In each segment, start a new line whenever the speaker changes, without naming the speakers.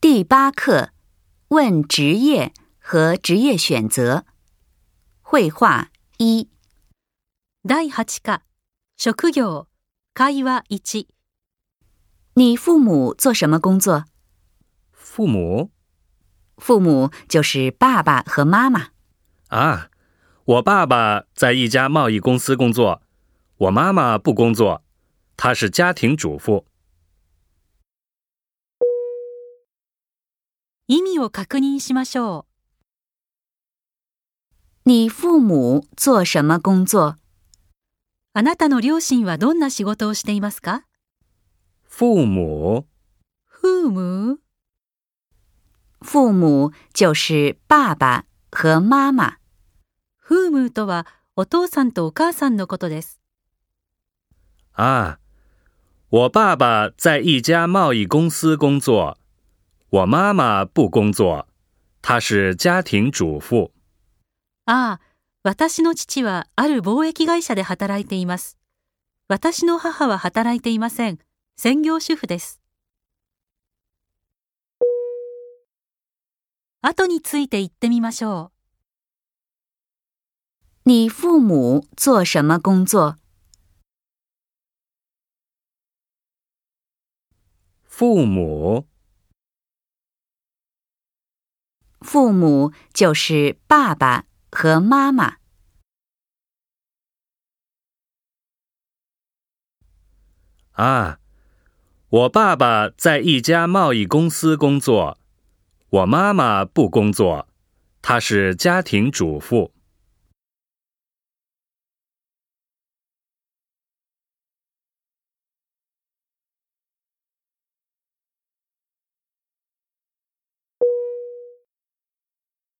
第八课问职业和职业选择。绘画一，
第8課、職業、会話1、
你父母做什么工作？
父母
父母就是爸爸和妈妈。
啊，我爸爸在一家贸易公司工作，我妈妈不工作，她是家庭主妇。
意味を確認しましょ
你父母做什么工
う。
作？
あなたの両親はどんな仕事をしていますか
父母
ふうむ。
父母就是爸爸和妈妈。
ふうむとはお父さんとお母さんのことです。
啊，我爸爸在一家贸易公司工作，我妈妈不工作，她是家庭主妇。
ああ、私の父はある貿易会社で働いています。私の母は働いていません。専業主婦です。後について言ってみましょう。
你父母做什么工作？
父母
父母就是爸爸和妈妈。
啊，我爸爸在一家贸易公司工作，我妈妈不工作，她是家庭主妇。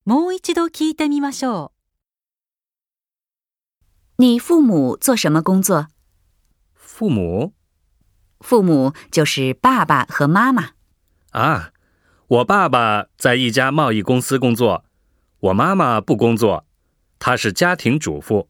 もう一度聞いてみましょ
你父母做什么工作？
父母
父母就是爸爸和妈妈。
啊，我爸爸在一家贸易公司工作，我妈妈不工作，她是家庭主妇。